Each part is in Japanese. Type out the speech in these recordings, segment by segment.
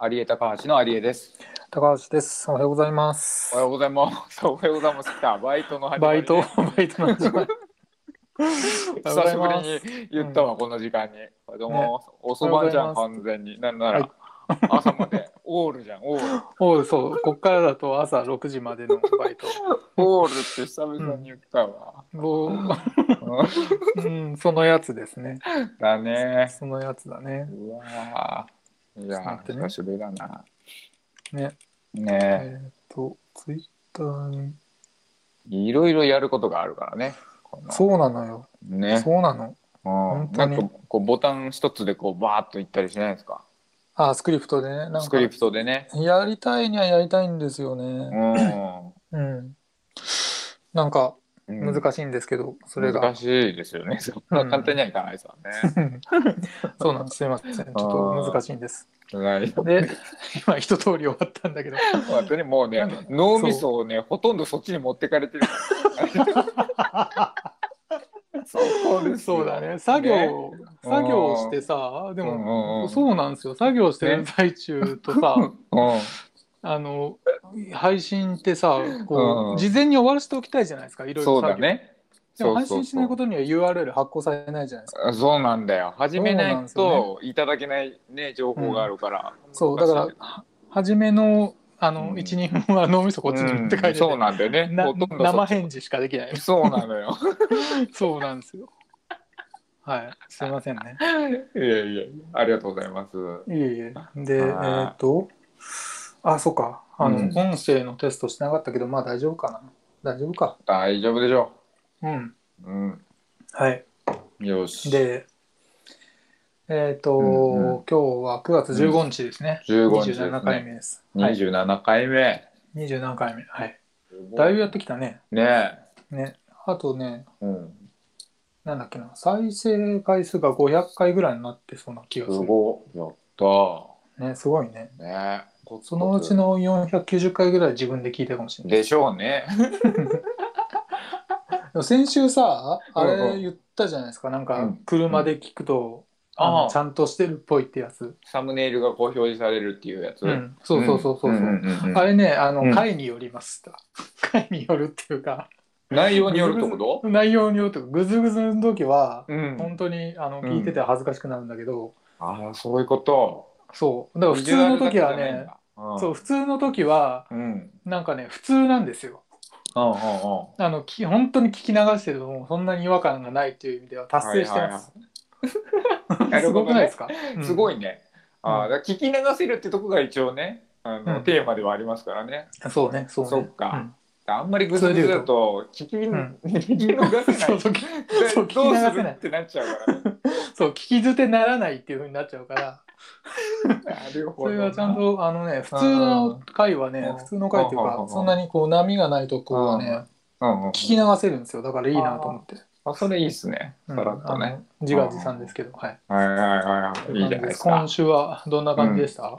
有江高橋の有江です。高橋です。おはようございます。おはようございます。おはようございます。来た。バイトの始まバりイねト、バイトの始まり。おは 久しようぶございりますに言ったわ、この時間に。どうも、遅番じゃん、おはよ完全に。なんなら、はい朝まで。オールじゃん、オール。おう、そう、こっからだと朝6時までのバイト。オールって久々に言ったわ。もう、うん、そのやつですね。だね。そのやつだね。うわーいちょっとや待っー、てね久しぶりだな。ね。えねーっと、ツイッターに。え、いろいろやることがあるからね。このそうなのよ。ね。そうなの。うん本、当なにんかこうボタン一つでこうバーっといったりしないですかあ、スクリプトでね。なんスクリか、プトでね。やりたいにはやりたいんですようね。ん、うん。なんか、うん難しいんですけど、それが難。しいですよね。そんな簡単にはいかないですわね。 そうなんです。すいません。ちょっと難しいんです。はいで、今一通り終わったんだけど。本当にもうね脳みそをねほとんどそっちに持ってかれてる。そこですよそうだね作業、作業をしてさでうんうんうもんそうなんですよ作業してる最中とさ、 うんあの配信ってさうんこうんう事前に終わらせておきたいじゃないですかいろいそろうだ作業ね。でも配信しないことには URL 発行されないじゃないですかあそうなんだよ。始めないそうなんといただけないね情報があるから。そうだから初めのあうのん12分は脳みそこっちに持ってう帰っんてそうなんだよね。なほとんどそっち生返事しかできない そうなのよ。そうなんですよはいすいませんねいやいや、ありがとうございます。いえいえ。で、えはいーっと、あ、そうか。あの、うん音声のテストしてなかったけど、まあ大丈夫かな。大丈夫か。大丈夫でしょうん。う。うん。はい。よし。で、えーっと、うんうん今日は9月15日ですね。 15日ですね27回目です。はい。 27回目。 27回目。はい。だいぶやってきたね。ねね。あとね、え。うん。なんだっけな、再生回数が500回ぐらいになってそうな気がすする。ごい。やったね、すごいね。ー。ねえ。そのうちの490回ぐらい自分で聞いたかもしれない。でしょうね。でも先週さあうんうれん言ったじゃないですかなんうかん車で聞くと、 あのあちゃんとしてるっぽいってやつ、サムネイルがこう表示されるっていうやつ。う。ん、そうそうそうそう,、んんんうんあれねあの、うん回によりますと 回によるっていうか内容によるってこと内容によるというかグズグズの時は、うん。本当にあのうん聞いてて恥ずかしくなるんだけど、ああ、そういうこと。そうだから普通の時はねそそうう。普通の時はうん。うんなんかね普通なんですようんうん。あのき本当に聞き流してるともうそんなに違和感がないっていう意味では達成してます、なる すほどねごくないですか、すごいいね。ああ、だから聞き流せるってとこが一応ね、あの、うんテーマではありますからね。そうねそうねそっかうんあんまりグズグズだと聞き、ん聞き逃せない。 そうそうでそう聞きどう流すせるないってなっちゃうからね。そう聞き捨てならないっていう風になっちゃうからなるほそどな。れはちゃんとあのね普通うんの回はねうん普通の回っていううかんそんなにこう波がないとこううんねうんうん、聞き流せるんですよだからいいなと思って、あ、それいいっすね。うさんらっとあね。の自画自賛ですけどはいはいはいはいはい。いいじゃないです今か。週はどんな感じでした、は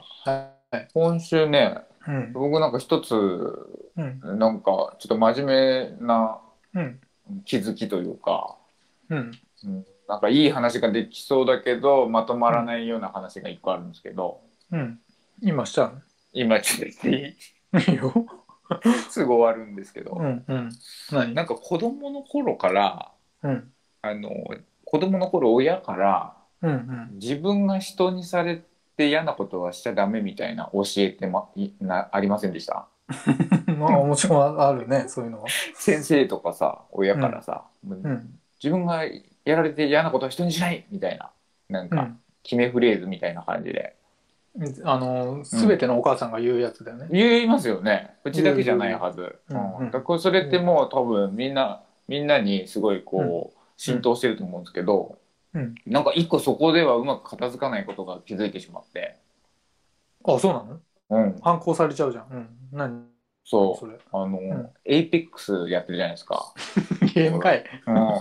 い、今週ね、うん僕なんか一つ、うんなんかちょっと真面目なうん気づきというか、うんうん、なんかいい話ができそうだけど、まとまらないような話が一個あるんですけど、うん今しちゃ今ちょっと いいういいよすぐ終わるんですけど、うんうん何なんか子供の頃からうんあの子供の頃親からうんうん自分が人にされて嫌なことはしちゃダメみたいな教えて、ま、いなありませんでしたまあもちろんあるねそういうのは先生とかさ親からさ、もううん自分がやられて嫌なことは人にしないみたいななんうかん決めフレーズみたいな感じであの全てのお母さんが言うやつだよね、言いますよねうちだけじゃないはず、ううんうんんだからそれってもう多分みんなみんなにすごいこう浸透してると思うんですけど、うん、なんか一個そこではうまく片付かないことが気づいてしまって。あそうなのうん。反抗されちゃうじゃん。うん、何そ。そうれ。あの、んエイペックスやってるじゃないですか。ゲームかい。うん、うん。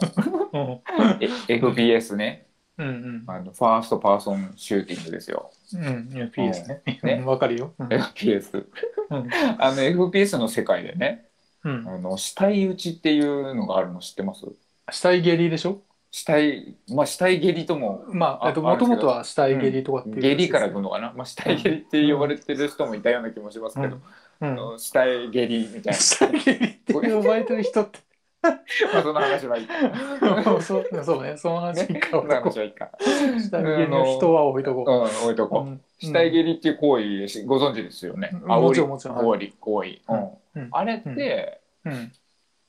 え FPS ね。うんあの、ファーストパーソンシューティングですよ。うん。うん。FPS ね。ねうんわかるよ。うん。 FPS。うんあの、FPS の世界でね、うんあの、死体打ちっていうのがあるの知ってます死体蹴りでしょ死体、まあ、死体蹴りとも、まあ、あえっと、あもるけとどもとは死体蹴りとかっていう、下痢から来るのかな、まあ、死体蹴りって呼ばれてる人もいたような気もしますけど、うあん。の死体蹴りみたい な、下蹴りって呼ばれてる人 って、まあ、その話 はいいか。もうそうそうね、その話ねにその変わこ話はいいか。う。下蹴りの人は置いとうこん、置いとう。こう。うん死体蹴りっていう行為しご存知ですよね。うん煽りもちろんもちろん煽り行為。ううんんあれって、うん。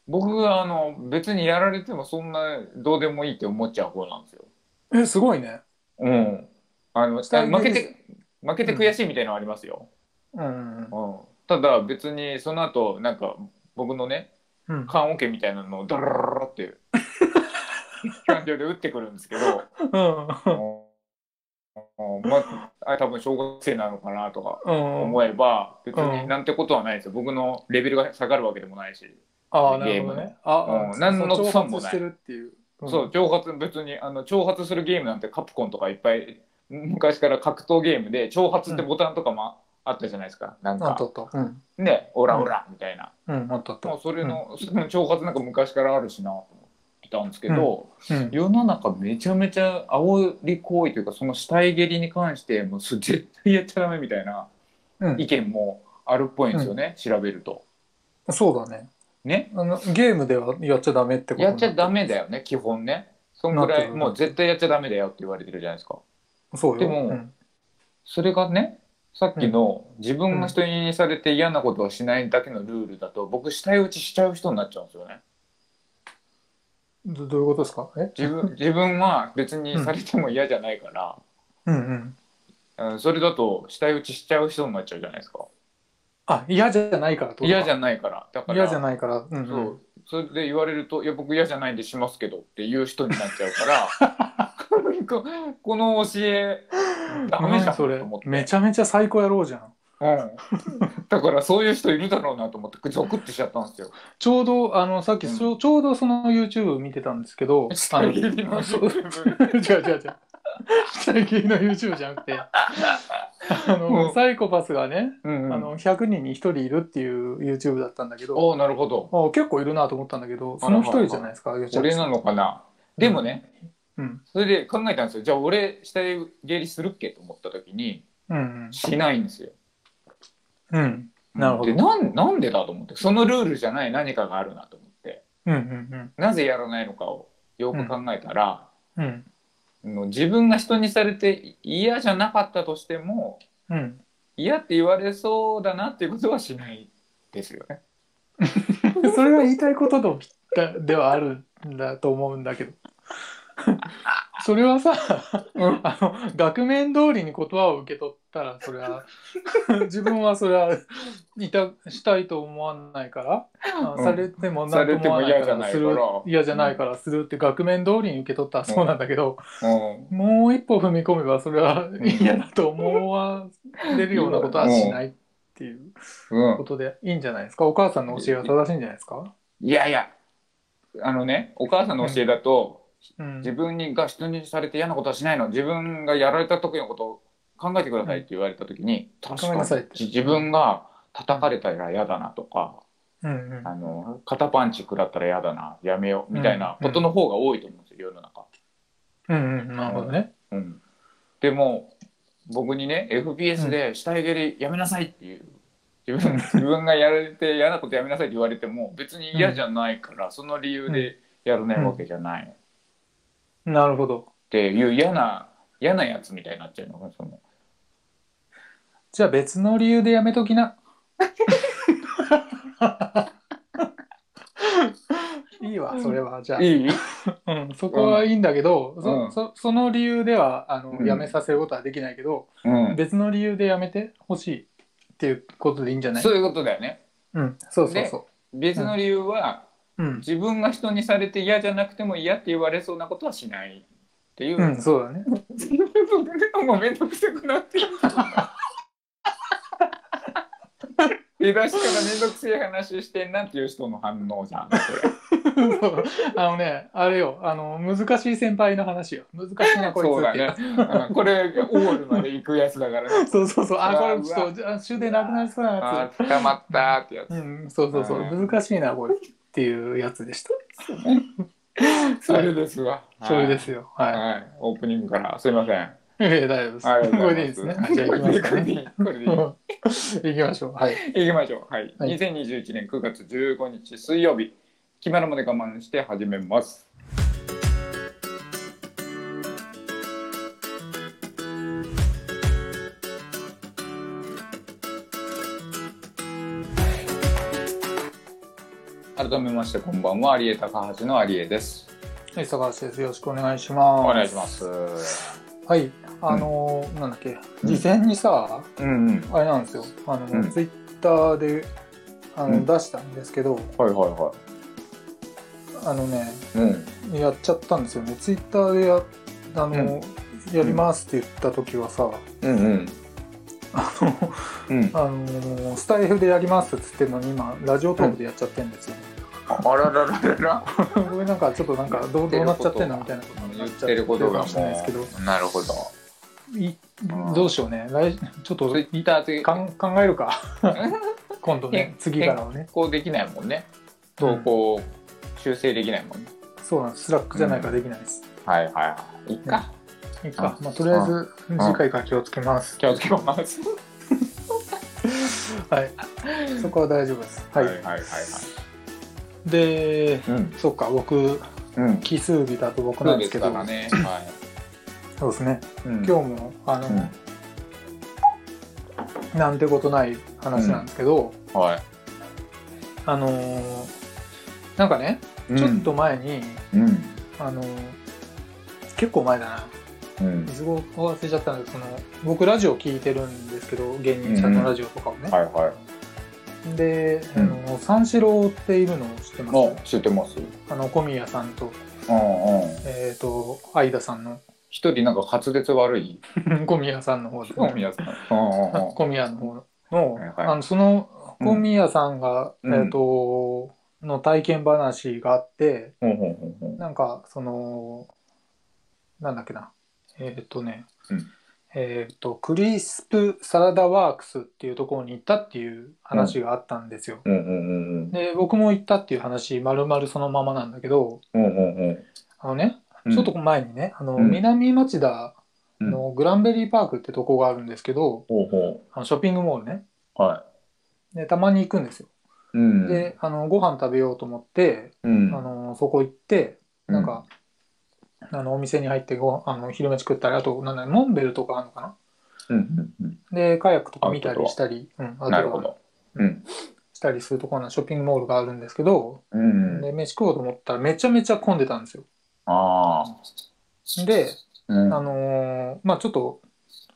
僕はあの別にやられてもそんなどうでもいいって思っちゃう方なんですよ。え、すごいね。うん。あの、死体蹴り負けて、負けて悔しいみたいなのありますよ。うん。うん。ただ別にその後、なんか僕のね、うん。缶オケみたいなのをドロロロロっていう感情で打ってくるんですけ ど、うん。うんうんまあ、あれ多分小学生なのかなとかうん。思えば、別にうんなんてことはないですよ。僕のレベルが下がるわけでもないし。ああ、なるほどね。あうあ、ん何のそう損もな挑い発してるっていう。んそう、。挑発、別に、あの、挑発するゲームなんてカプコンとかいっぱい、昔から格闘ゲームで、挑発ってボタンとかもあったじゃないですか。なんあったあか、った。うん。ね、オラオラみたいな。うん、あったあったもう。それの、 その挑発なんか昔からあるしなと思ってたんですけど、うん。世の中めちゃめちゃ煽り行為というか、その死体蹴りに関して、もうそれ絶対やっちゃダメみたいなうん意見もあるっぽいんですよね、調べると。そうだね。ね。あの、ゲームではやっちゃダメってことやっちゃダメ。メだよね、基本ね。そんぐらなってい、るねもう絶対やっちゃダメだよって言われてるじゃないですか。そうよ。でもうんそれがねさっきの自分が人にされて嫌なことをしないだけのルールだと僕死体打ちしちゃう人になっちゃうんですよねどどういうことですかえ自分 自分は別にされても嫌じゃないから、うんうん。うんそれだと死体打ちしちゃう人になっちゃうじゃないですかあ、嫌じゃないからってこと嫌じゃゃないからだから嫌じゃないから。うんそうんう。それで言われると「いや僕嫌じゃないんでしますけど」っていう人になっちゃう からここの教えダメじゃ何んとそれ思っ。て、めちゃめちゃ最高野郎じゃん。うん、だからそういう人いるだろうなと思ってゾクってしちゃったんですよ。ちょうど、あの、さっき、ちょちょうどその YouTube 見てたんですけど、あの、違う下違着のそ う違う違う。最近の YouTube じゃなくて、あうんの、サイコパスがね、うんうんあの100人に1人いるっていう YouTube だったんだけどおおなるほどあ結構いるなと思ったんだけどその1人じゃないですかよちゃん俺なのかなでもねうんそれで考えたんですよじゃあ俺下で下痢するっけと思った時にうんしないんですようんうんなるほどでなんなんでだと思ってそのルールじゃない何かがあるなと思ってうんうんなぜやらないのかをよく考えたら、うんうんあの自分が人にされて嫌じゃなかったとしてもうん嫌って言われそうだなっていうことはしないですよねそれが言いたいこととだではあるんだと思うんだけどそれはさうんあの額面通りに言葉を受け取ったらそれは 自分はそれはいたしたいと思わないから、あうんされても何とも思わないかさられてすも嫌じゃないかるら嫌じゃないからするって額面通りに受け取ったらそうなんだけど、うんもう一歩踏み込めばそれはん嫌だと思われるようなことはしないっていううんことでいいんじゃないですかお母さんの教えが正しいんじゃないですか、いやいやあのねお母さんの教えだと、うん自分にが人にされて嫌なことはしないの自分がやられた時のことを考えてくださいって言われた時に、確考えなさいかっにて自分が叩かれたら嫌だなとか、うんうんあの肩パンチ食らったら嫌だなやめようみたいなことの方が多いと思うんですよ世の中。うんうんなるほどね。うん、でも僕にね FPS で死体蹴りやめなさいっていう。自分自分がやられて嫌なことやめなさいって言われても別に嫌じゃないから、その理由でやらないわけじゃないっなるほど。ていう嫌な嫌なやつみたいになっちゃうのがそのじゃあ別の理由でやめと きな。いいわ、それは。じゃあ、いいうん、そこはいいんだけど、うんそそその理由ではあの、うんやめさせることはできないけど、うん、別の理由でやめてほしいっていうことでいいんじゃないそういうことだよねうん、そうそうそ別の理由は、う。うん、自分が人にされて嫌じゃなくても嫌って言われそうなことはしないっていう、う ん、そうだね。全部もうめんどくさくなってる出だしからめんどくせえ話してんなっていう人の反応じゃん それそう あのね、あれよ、あの、難しい先輩の話よ。難し いな、こいつそうっだて。ね、うんこれオールまで行くやつだからね そうそうそう、あ、こうわれちょっと、あ終電なくなりそうだなやあー捕まったーってやつ。うん、そうそうそう、うん難しいな、これっていうやつでした。 それですわ。。それですすよ。ははい。オープニングから、すいません。あい。ええ、大丈夫です。りがとうこござれでいいいま。です すね。じゃあ行きますかこれね。でいい。これでいい。行きましょう。はい。行きましょう。はい。はい2021年9月15日水曜日、決まるまで我慢して始めます。改めましてこんばんは、有江高橋の有江です。はい、坂橋です。よろしくお願いします。お願いしま。す。うはい。あのー、なんだっけ。事前にさ、んうん。あれなんですよ。あうの、んツイッターで、あうの、ん出したんですけど、はいはあのね、いはい。うん。やっちゃったんですよね。ツイッターでや、あの、やりますって言った時は さ、うんうん。あの、うん。あのースタイフでやりますっつってんのに今ラジオトークでやっちゃってんですよ、あららららら。これなんかちょっとなんかどうどうなっちゃってんのみたいなことにな言っっちゃてることかがもしれないですもけどうなるほどいどうしようね来ちょっとツイッターでかん考える か今度ね次からはね投稿できないもんね投稿修正できないもんね、そうなんですスラックじゃないからできないです、はいはいはいいっかいいか、まあ、とりあえず次回から気をつけます、気をつけますはいそこは大丈夫ですはい、はいはいでうんそっか僕うん奇数日だと僕なんですけどそうですからねはそうですねい、うん今日もあの、うなんてことない話なんですけど、んはいあのーなんかね、ちょっと前に、うんあのー結構前だうな、んいつ頃か忘れちゃったんだけど、その僕ラジオ聞いてるんですけど、芸人さんのラジオとかをね。はいはいで、うんあのー三四郎っていうのを知ってます、もう知ってますあの、小宮さんと、うんうんえっ、と、相田さんの、一人なんか滑舌悪い小宮さんの方で、小宮さんうんうんうん小宮の方の、はいはいあのそのうん小宮さんが、うんえっ、と、の体験話があって、ほんほんほんほんなんか、その、なんだっけな。えーっとね、うんえーっと、クリスプサラダワークスっていうところに行ったっていう話があったんですよ。うんうんうんで、僕も行ったっていう話、まるまるそのままなんだけど、うんうんあのね、うんちょっと前にね、あの、うん南町田うんのグランベリーパークってとこがあるんですけど、ほうほあのショッピングモールね。うはで、たまに行くんですよ。いうんで、あの、ご飯食べようと思って、うんあの、そこ行って、なんか、あのお店に入ってごあの昼飯食ったりあとなんだろうモンベルとかあるのかなうんうんうんでカヤックとか見たりしたりうんうアんウなトるドほアどうんしたりするところのショッピングモールがあるんですけど、うんで飯食おうと思ったらめちゃめちゃ混んでたんですよあで、あ、うんあのーまあちょっと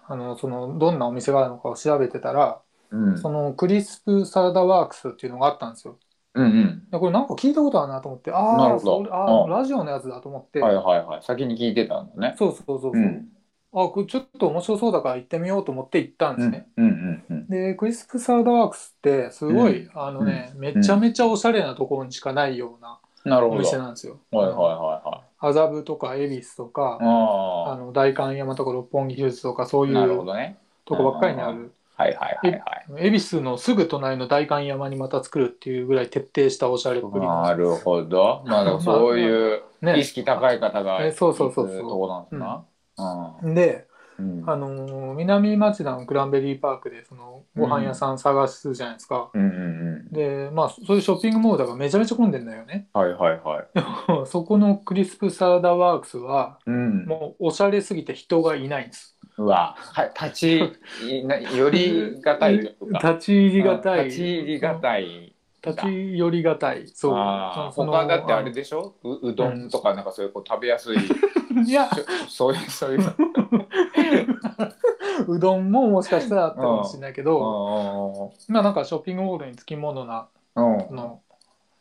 あのそのどんなお店があるのかを調べてたら、うんそのクリスプサラダワークスっていうのがあったんですようんでこれなんか聞いたことあるなと思ってあなーるほどそれあーうんラジオのやつだと思って、うんはいはいはい先に聞いてたんだねそうそうそうそう、うんあこれちょっと面白そうだから行ってみようと思って行ったんうでんすうね、んうんでクリスプサラダワークスってすごい、うあのね、めちゃめちゃおしゃれなところにしかないようななるおほど店はいなんですよ。はいは麻布とか恵比寿とか、いはいああの代官山とか六本木ヒルズとかそうあいなるほうどねとこばっかりにあるはいはいはいはい恵比寿のすぐ隣の代官山にまた作るっていうぐらい徹底したおしゃれっぷりなるほどまあでもそういうね意識高い方がえそうそうそうそいうるとこなんですなうで、んあのー南町田のグランベリーパークでそのご飯屋さん探すじゃないですか。うんうんうんでまあそういうショッピングモールだからめちゃめちゃ混んでんだよね。はいはいはいそこのクリスプサラダワークスはうんもうおしゃれすぎて人がいないんです。うわはい立ちいなよりがたいというか 立ち入りがたい。立ち入りがたい立ち寄りがたい。そう。ああその他だってあれでしょううどんとかなんかそういうこう食べやすい、あの いや、そういうそういう うどんももしかしたらあったかもしれないけど、うまあなんかショッピングモールにつきものな、んその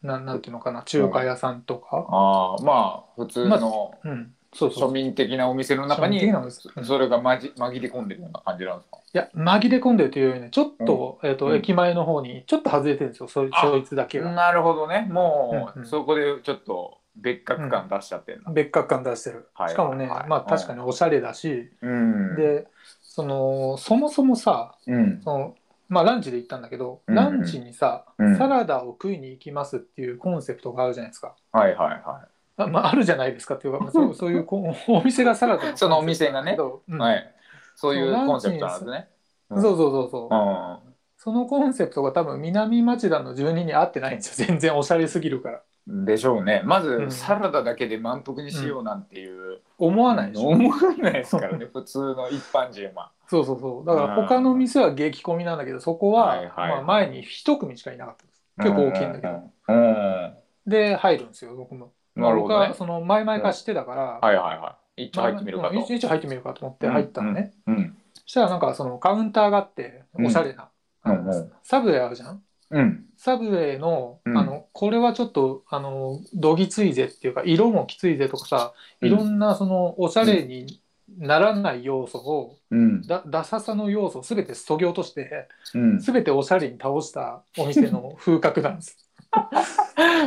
ななんていうのかな、中華屋さんとか、ああまあ普通のうん、そうそ庶う。民的なお店の中庶民的になお店うんいそれがまじ紛れ込んでるような感じなんですかや、紛れ込んでるというよりね、ちょっと、えっ、うんと、駅前の方に、ちょっと外れてるんですよ、そいあそいつだけが。なるほどねもうんうんそこでちょっと別格感出しちゃってるな別格感出してる。はいしかもね、はいまあ確かにおしゃれだし、うんで、その、そもそもさ、うんそのまあランチで行ったんだけど、うんうんランチにさ、うんサラダを食いに行きますっていうコンセプトがあるじゃないですか。はいはいはあ,、まあ、あるじゃないですかっていうか、 そうそういうこうお店がサラダそのお店がねうんはい。そういうコンセプトなんですね。そうそうそうそう、うん。そのコンセプトが多分南町田の住人に合ってないんですよ全然おしゃれすぎるからでしょうね。まうずんサラダだけで満腹にしようなんていう、思わないでしょ、思わないですからね普通の一般人は。そうそうそうだから他の店は激混みなんだけどそこはは、いはいまあ、前に一組しかいなかったです 結構大きいんだけど、うんうんうん。で入るんですよ僕もうんなるほどね僕はその前々から知ってたから、はいはいはい。一応入ってみるかまあうんと。一応入ってみるかと思って入ったのね、うん。そしたらなんかそのカウンターがあってうんおしゃれな、うんあのうんサブウェイあるじゃんうん。サブウェイの,、うんあのこれはちょっとあのどぎついぜっていうか色もきついぜとかさうんいろんなそのおしゃれにならない要素を、うん。だダサさの要素を全てそぎ落としてうん。全ておしゃれに倒したお店の風格なんです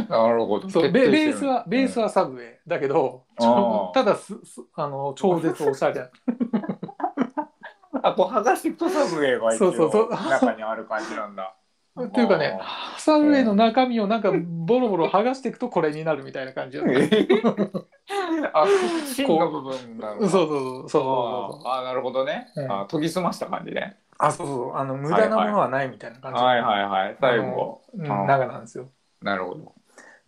なるほど。そうベベースはうんベースはサブウェイだけど、あーただすすあの超絶おしゃれあこう剥がしていくとサブウェイが一応そうそうそう中にある感じなんだ。 っていうかねあサブウェイの中身をなんかボロボロ剥がしていくとこれになるみたいな感じだったー。 あ芯の部分なのか。そうそうそうそうそうそうあーなるほどね。うんあ研ぎ澄ました感じね。あそうそうあの無駄なものはないみたいな感じ、はいはいはい。最後。うんあー中なんですよなるほど。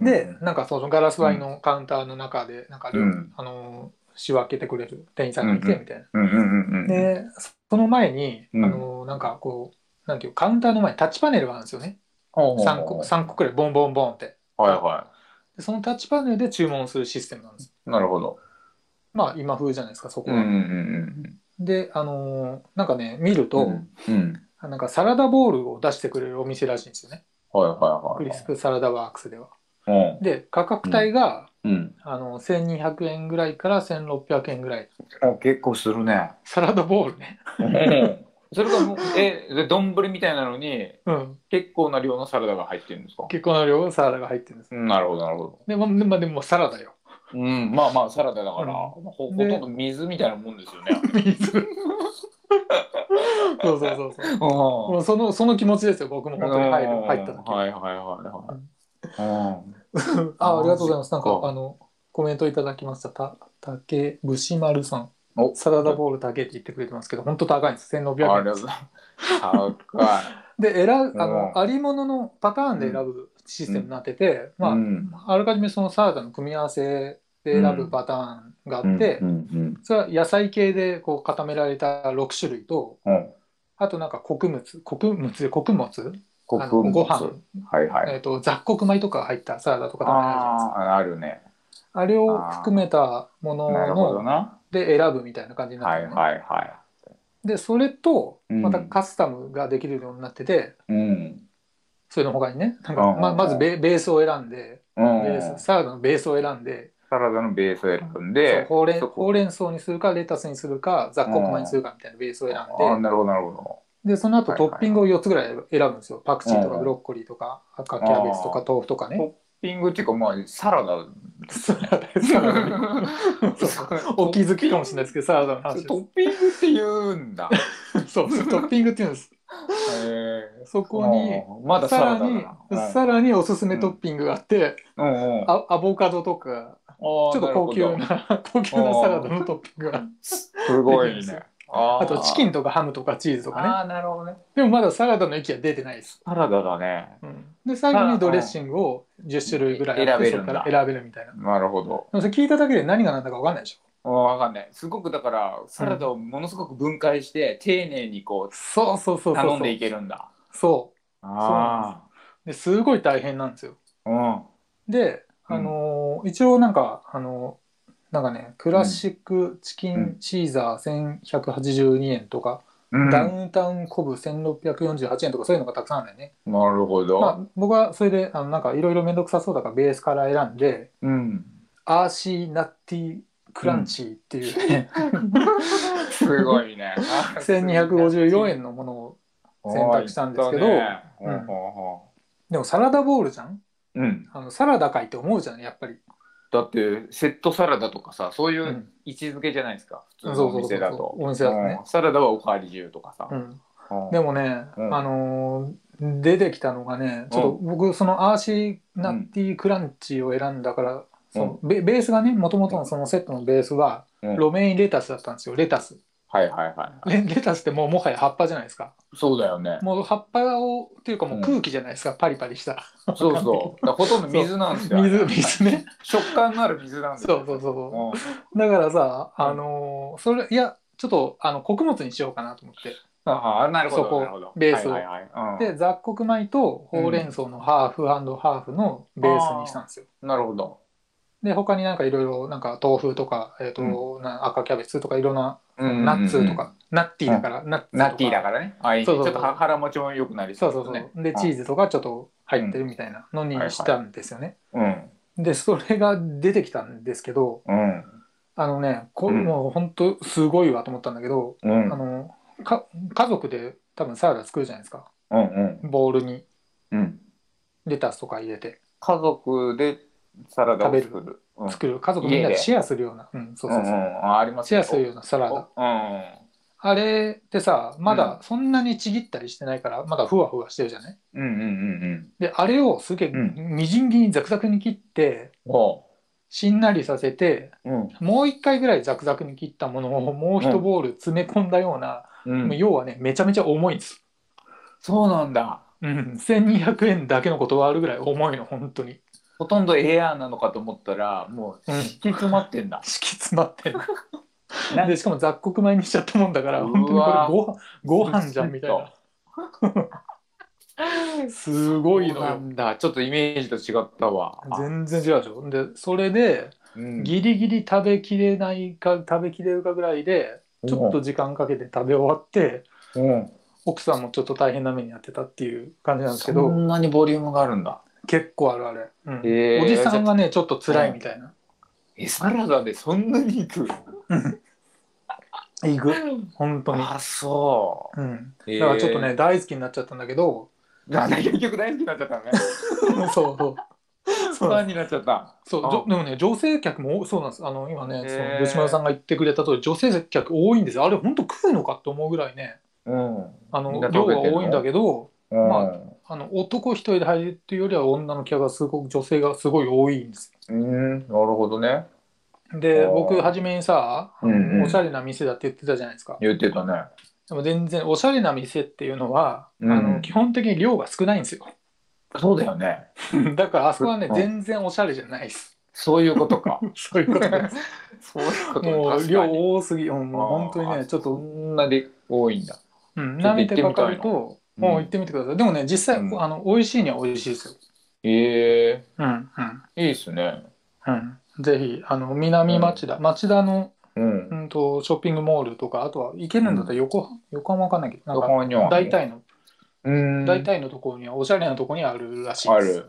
でなんかそのガラス割りのカウンターの中でなんか、うんあの仕分けてくれる店員さんがいてみたいな、うんうんうんうん。でその前に、うんあのなんかこうなんていうカウンターの前にタッチパネルがあるんですよねほうほうほう3個 ,3 個くらいボンボンボンってはいはでそのタッチパネルで注文するシステムなんですい。なるほど。まあ今風じゃないですかそこうは、んうんうんであのーなんかね見るうと、ん。うん。なんかサラダボールを出してくれるお店らしいんですよねはいはクいリはいス。プサラダワークスではうんで価格帯が、うん。あの1200円ぐらいから1600円ぐらいあ結構するね。サラダボールね それがもうえで丼みたいなのにうん結構な量のサラダが入ってるんですか。結構な量のサラダが入ってるんですうんなるほどなるほど。でも,、まあ、でもサラダようんまあまあサラダだから、うんほほとんでど水みたいなもんですよね。水そうそうそう そうもうそのその気持ちですよ僕も本当に入る入った時、はいはいはいはい。あありがとうございますなんかそっかあのコメントいただきましたた竹武士丸さんうん、おサラダボールだけって言ってくれてますけど本当高いんですあ1600円りがでとうすございます。高い。で選うんぶあのありもののパターンで選ぶシステムになってて、まあ、うんあらかじめそのサラダの組み合わせで選ぶパターンがあって、うんうんそれは野菜系でこう固められた6種類とうんうん、あとなんか穀物穀物で穀物あの国分ご飯、はいはい。えー、と雑穀米とかが入ったサラダとか食べられるじゃないですかああ、あるね。あれを含めたものなるほどのな。で選ぶみたいな感じになっはているのね、はいはでそれとうんまたカスタムができるようになってて、い。うん。それの他にねなんかうんままずベベースを選んでうん、ベースサラダのベースを選んでサラダのベースを選んそうで、ほうれんそこほうれん草にするかレタスにするか雑穀米にするかみたいなベースを選ああんでなるほどなるほでその後はいはトいッピングを4つぐらい選ぶんですよパクチーとうかんブロッコリーとか赤キャベツとか豆腐とかねど。ピングっていうか、まあ、サラダ。サラダサラダ お気づきかもしれないですけどサラダの話トでッピングって言うんだ。すそうトッピングっていうんですへえそこにうんまだサさラらダだにな。さらにおすすめトッピングがあってうんうんうん、ああアボカドとかちちょょっと高級な 高級なサラダのトッピングがすご いね。ああとチキンンとかハムとかチーズととかねああ、なるほどね。でもまだサラダの域は出てないです。サラダだね。で最後にドレッシングを10種類ぐらいあって選べるんだそこから選べるみたいな。でなるほど。もそれ聞いただけで何が何だか分かんないでしょ。うんわかんない。すごくだから、サラダをものすごく分解して、丁寧にこ、そうそうそううそう。頼んでいけるんだ。そうあですごい大変なんですよ。あ。うん。で、うんあのー一応なんか、あのーなんかねクラシックチキンシーザー1182円とか、うんなダウンタウンコブ1648円とかそういうのがたくさんあるんだよね。るほど。まあ、僕はそれであのなんかいろいろ面倒くさそうだからベースから選んで、うん。アーシーナッティクランチーっていう、ねすごい ね。 1254円のものを選択したんですけどおーいったねうほうんほうほでもサラダボールじゃんううん。あのサラダかいって思うじゃんやっぱり、だって、セットサラダとかさ、そういううん位置づけじゃないですか。普通そのうそおうそう店そだうと。お店だとねうんサラダはおかわり自由とかさう。ん、うんでもね、うんあのー出てきたのがねちょっと僕そのアーシーナッティクランチーを選んだから、そのベベースがねもともとのそのセットのベースはうんロメインレタスだったんですよレタスはいはいはい。レレタスってもうもはや葉っぱじゃないですかそうだよね。もう葉っぱをっていうかもう空気じゃないですか、パリパリしたそうそう。だからほとんど水なん ですよ。水 水ね食感のある水なんですそよ。うそうそううんだからさうんあのーそれいやちょっとあの穀物にしようかなと思ってああ、なるほそど。こなるほどベースをはいはいはいうんで雑穀米とほうれん草のハーフハーフのベースにしたんですよなるほど。で他になんかいろいろなんか豆腐とか、えーとな赤キャベツとかいろんなうんうんうんナッツと。か、ナッティーだから、ナッツとかナッティーだからね。はい。ちそうょそっうそうとは腹持ちも良くなりそそうそううそですう、ね。でチーズとかちょっと入ってるみたいなのにしたんですよね、うん。でそれが出てきたんですけどうん。あのねこうんもう本当すごいわと思ったんだけど、うん。うんあのか家族で多分サラダ作るじゃないですかうん。ボウルにうん。レタスとか入れて家族でサラダを作食る。うん作る家族みんなでシェアするような、うん、そううそんううそう、ん。あありますシェアするうようなサラダん。あれってさまうだそんなにちぎったりしてないからまだふわふわしてるじゃないうんうんうんうん。であれをすげえうんみじん切りにザクザクに切ってほしんなりさせてう。うん。もう一回ぐらいザクザクに切ったものをもう一ボール詰め込んだような、うんもう要はねめちゃめちゃ重いんです、そうなんだ。うん、1200円だけのことはあるぐらい重いの本当に ほとんどエアーなのかと思ったら、もううん敷き詰まってん だ。敷き詰まってる なでしかも雑穀米にしちゃったもんだからうわ本当にこれご飯ご飯じゃんみたいなすごいのそうなよんだ。ちょっとイメージと違ったわ。全然違うでしょでそれでうんギリギリ食べきれないか食べきれるかぐらいでちょっと時間かけて食べ終わってうん奥さんもちょっと大変な目にやってたっていう感じなんですけそどんなにボリュームがあるんだ。結構あるあれ、うんへーおじさんがねちょっと辛いみたいな、え、サラダでそんなにいくいく本当に、あ、そうん、う。だだからちょっとね、。大好きになっちゃったんだけどなんだ結局大好きになっちゃ ったね。 そうそうフそうなァんンにですなっちゃった。そうあじょでもね女性客も多そうなんですあの今ねそへのー吉村さんが言ってくれた通り女性客多いんですよあれ本当食うのかって思うぐらいねうん。あみのんな量食べがてるの多いんだけどまあうあの男一人で入るっていうよりは女の客がすごく女性がすごい多いんですん。なるほどね。であー僕初めにさ、あのうんうんおしゃれな店だって言ってたじゃないですか言ってたね。でも全然おしゃれな店っていうのは、うんあの基本的に量が少ないんですよ そうだよね。だからあそこはねうん全然おしゃれじゃないです そういうこと か。そういうことですそういうこともう量多すぎうんもう本当にあねーちょっそと、んなに多いんだ。うん、ちょっ舐と行っめてみてたいなかかるともう行ってみてください、でもね実際、うんあの美味しいには美味しいですよええうんうんいいっすね。うんぜひあの南町田、町田のうんう。んとショッピングモールとかあとは行けるんだったら横,、横浜わかんないけどなんどかこには大。体の、うん。大体のところにはおしゃれなところにあるらしいあでする。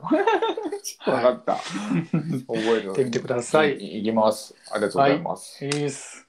わかった。覚えて行ってみてくださいい。いきます。ありがとうございます。いいです